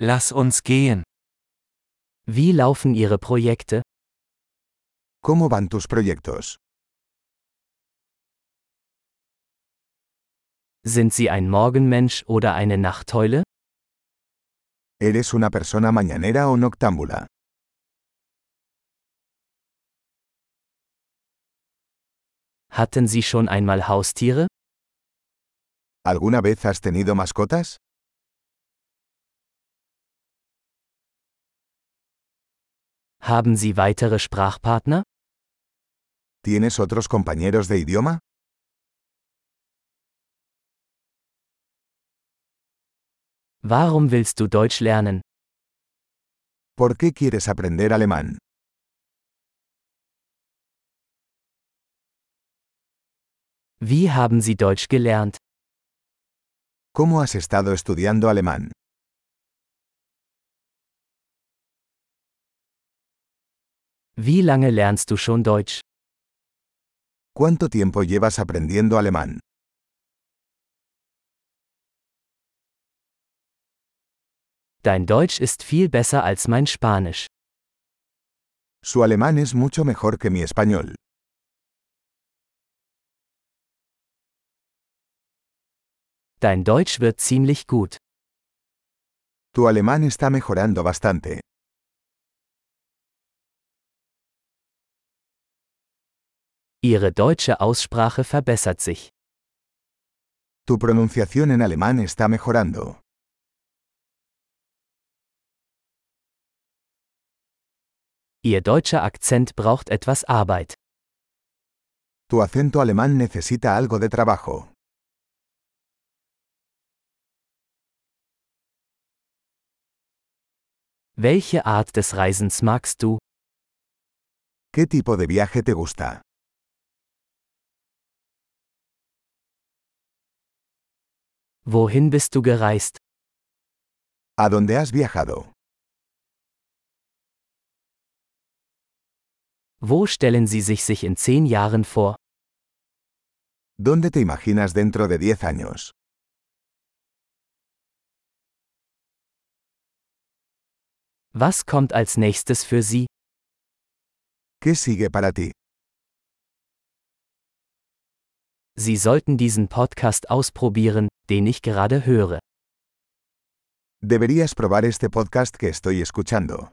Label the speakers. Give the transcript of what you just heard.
Speaker 1: Lass uns gehen. Wie laufen Ihre Projekte?
Speaker 2: ¿Cómo van tus proyectos?
Speaker 1: Sind Sie ein Morgenmensch oder eine Nachteule?
Speaker 2: ¿Eres una persona mañanera o noctámbula?
Speaker 1: Hatten Sie schon einmal Haustiere?
Speaker 2: ¿Alguna vez has tenido mascotas?
Speaker 1: Haben Sie weitere Sprachpartner?
Speaker 2: ¿Tienes otros compañeros de idioma?
Speaker 1: Warum willst du Deutsch lernen?
Speaker 2: ¿Por qué quieres aprender alemán?
Speaker 1: Wie haben Sie Deutsch gelernt?
Speaker 2: ¿Cómo has estado estudiando alemán?
Speaker 1: Wie lange lernst du schon Deutsch?
Speaker 2: ¿Cuánto tiempo llevas aprendiendo alemán?
Speaker 1: Dein Deutsch ist viel besser als mein Spanisch.
Speaker 2: Su alemán es mucho mejor que mi español.
Speaker 1: Dein Deutsch wird ziemlich gut.
Speaker 2: Tu alemán está mejorando bastante.
Speaker 1: Ihre deutsche Aussprache verbessert sich.
Speaker 2: Tu pronunciación en alemán está mejorando.
Speaker 1: Ihr deutscher Akzent braucht etwas Arbeit.
Speaker 2: Tu acento alemán necesita algo de trabajo.
Speaker 1: Welche Art des Reisens magst du?
Speaker 2: ¿Qué tipo de viaje te gusta?
Speaker 1: Wohin bist du gereist?
Speaker 2: ¿A dónde has viajado?
Speaker 1: Wo stellen Sie sich sich in zehn Jahren vor?
Speaker 2: ¿Dónde te imaginas dentro de 10 años?
Speaker 1: Was kommt als nächstes für Sie?
Speaker 2: ¿Qué sigue para ti?
Speaker 1: Sie sollten diesen Podcast ausprobieren, den ich gerade höre.
Speaker 2: Deberías probar este podcast que estoy escuchando.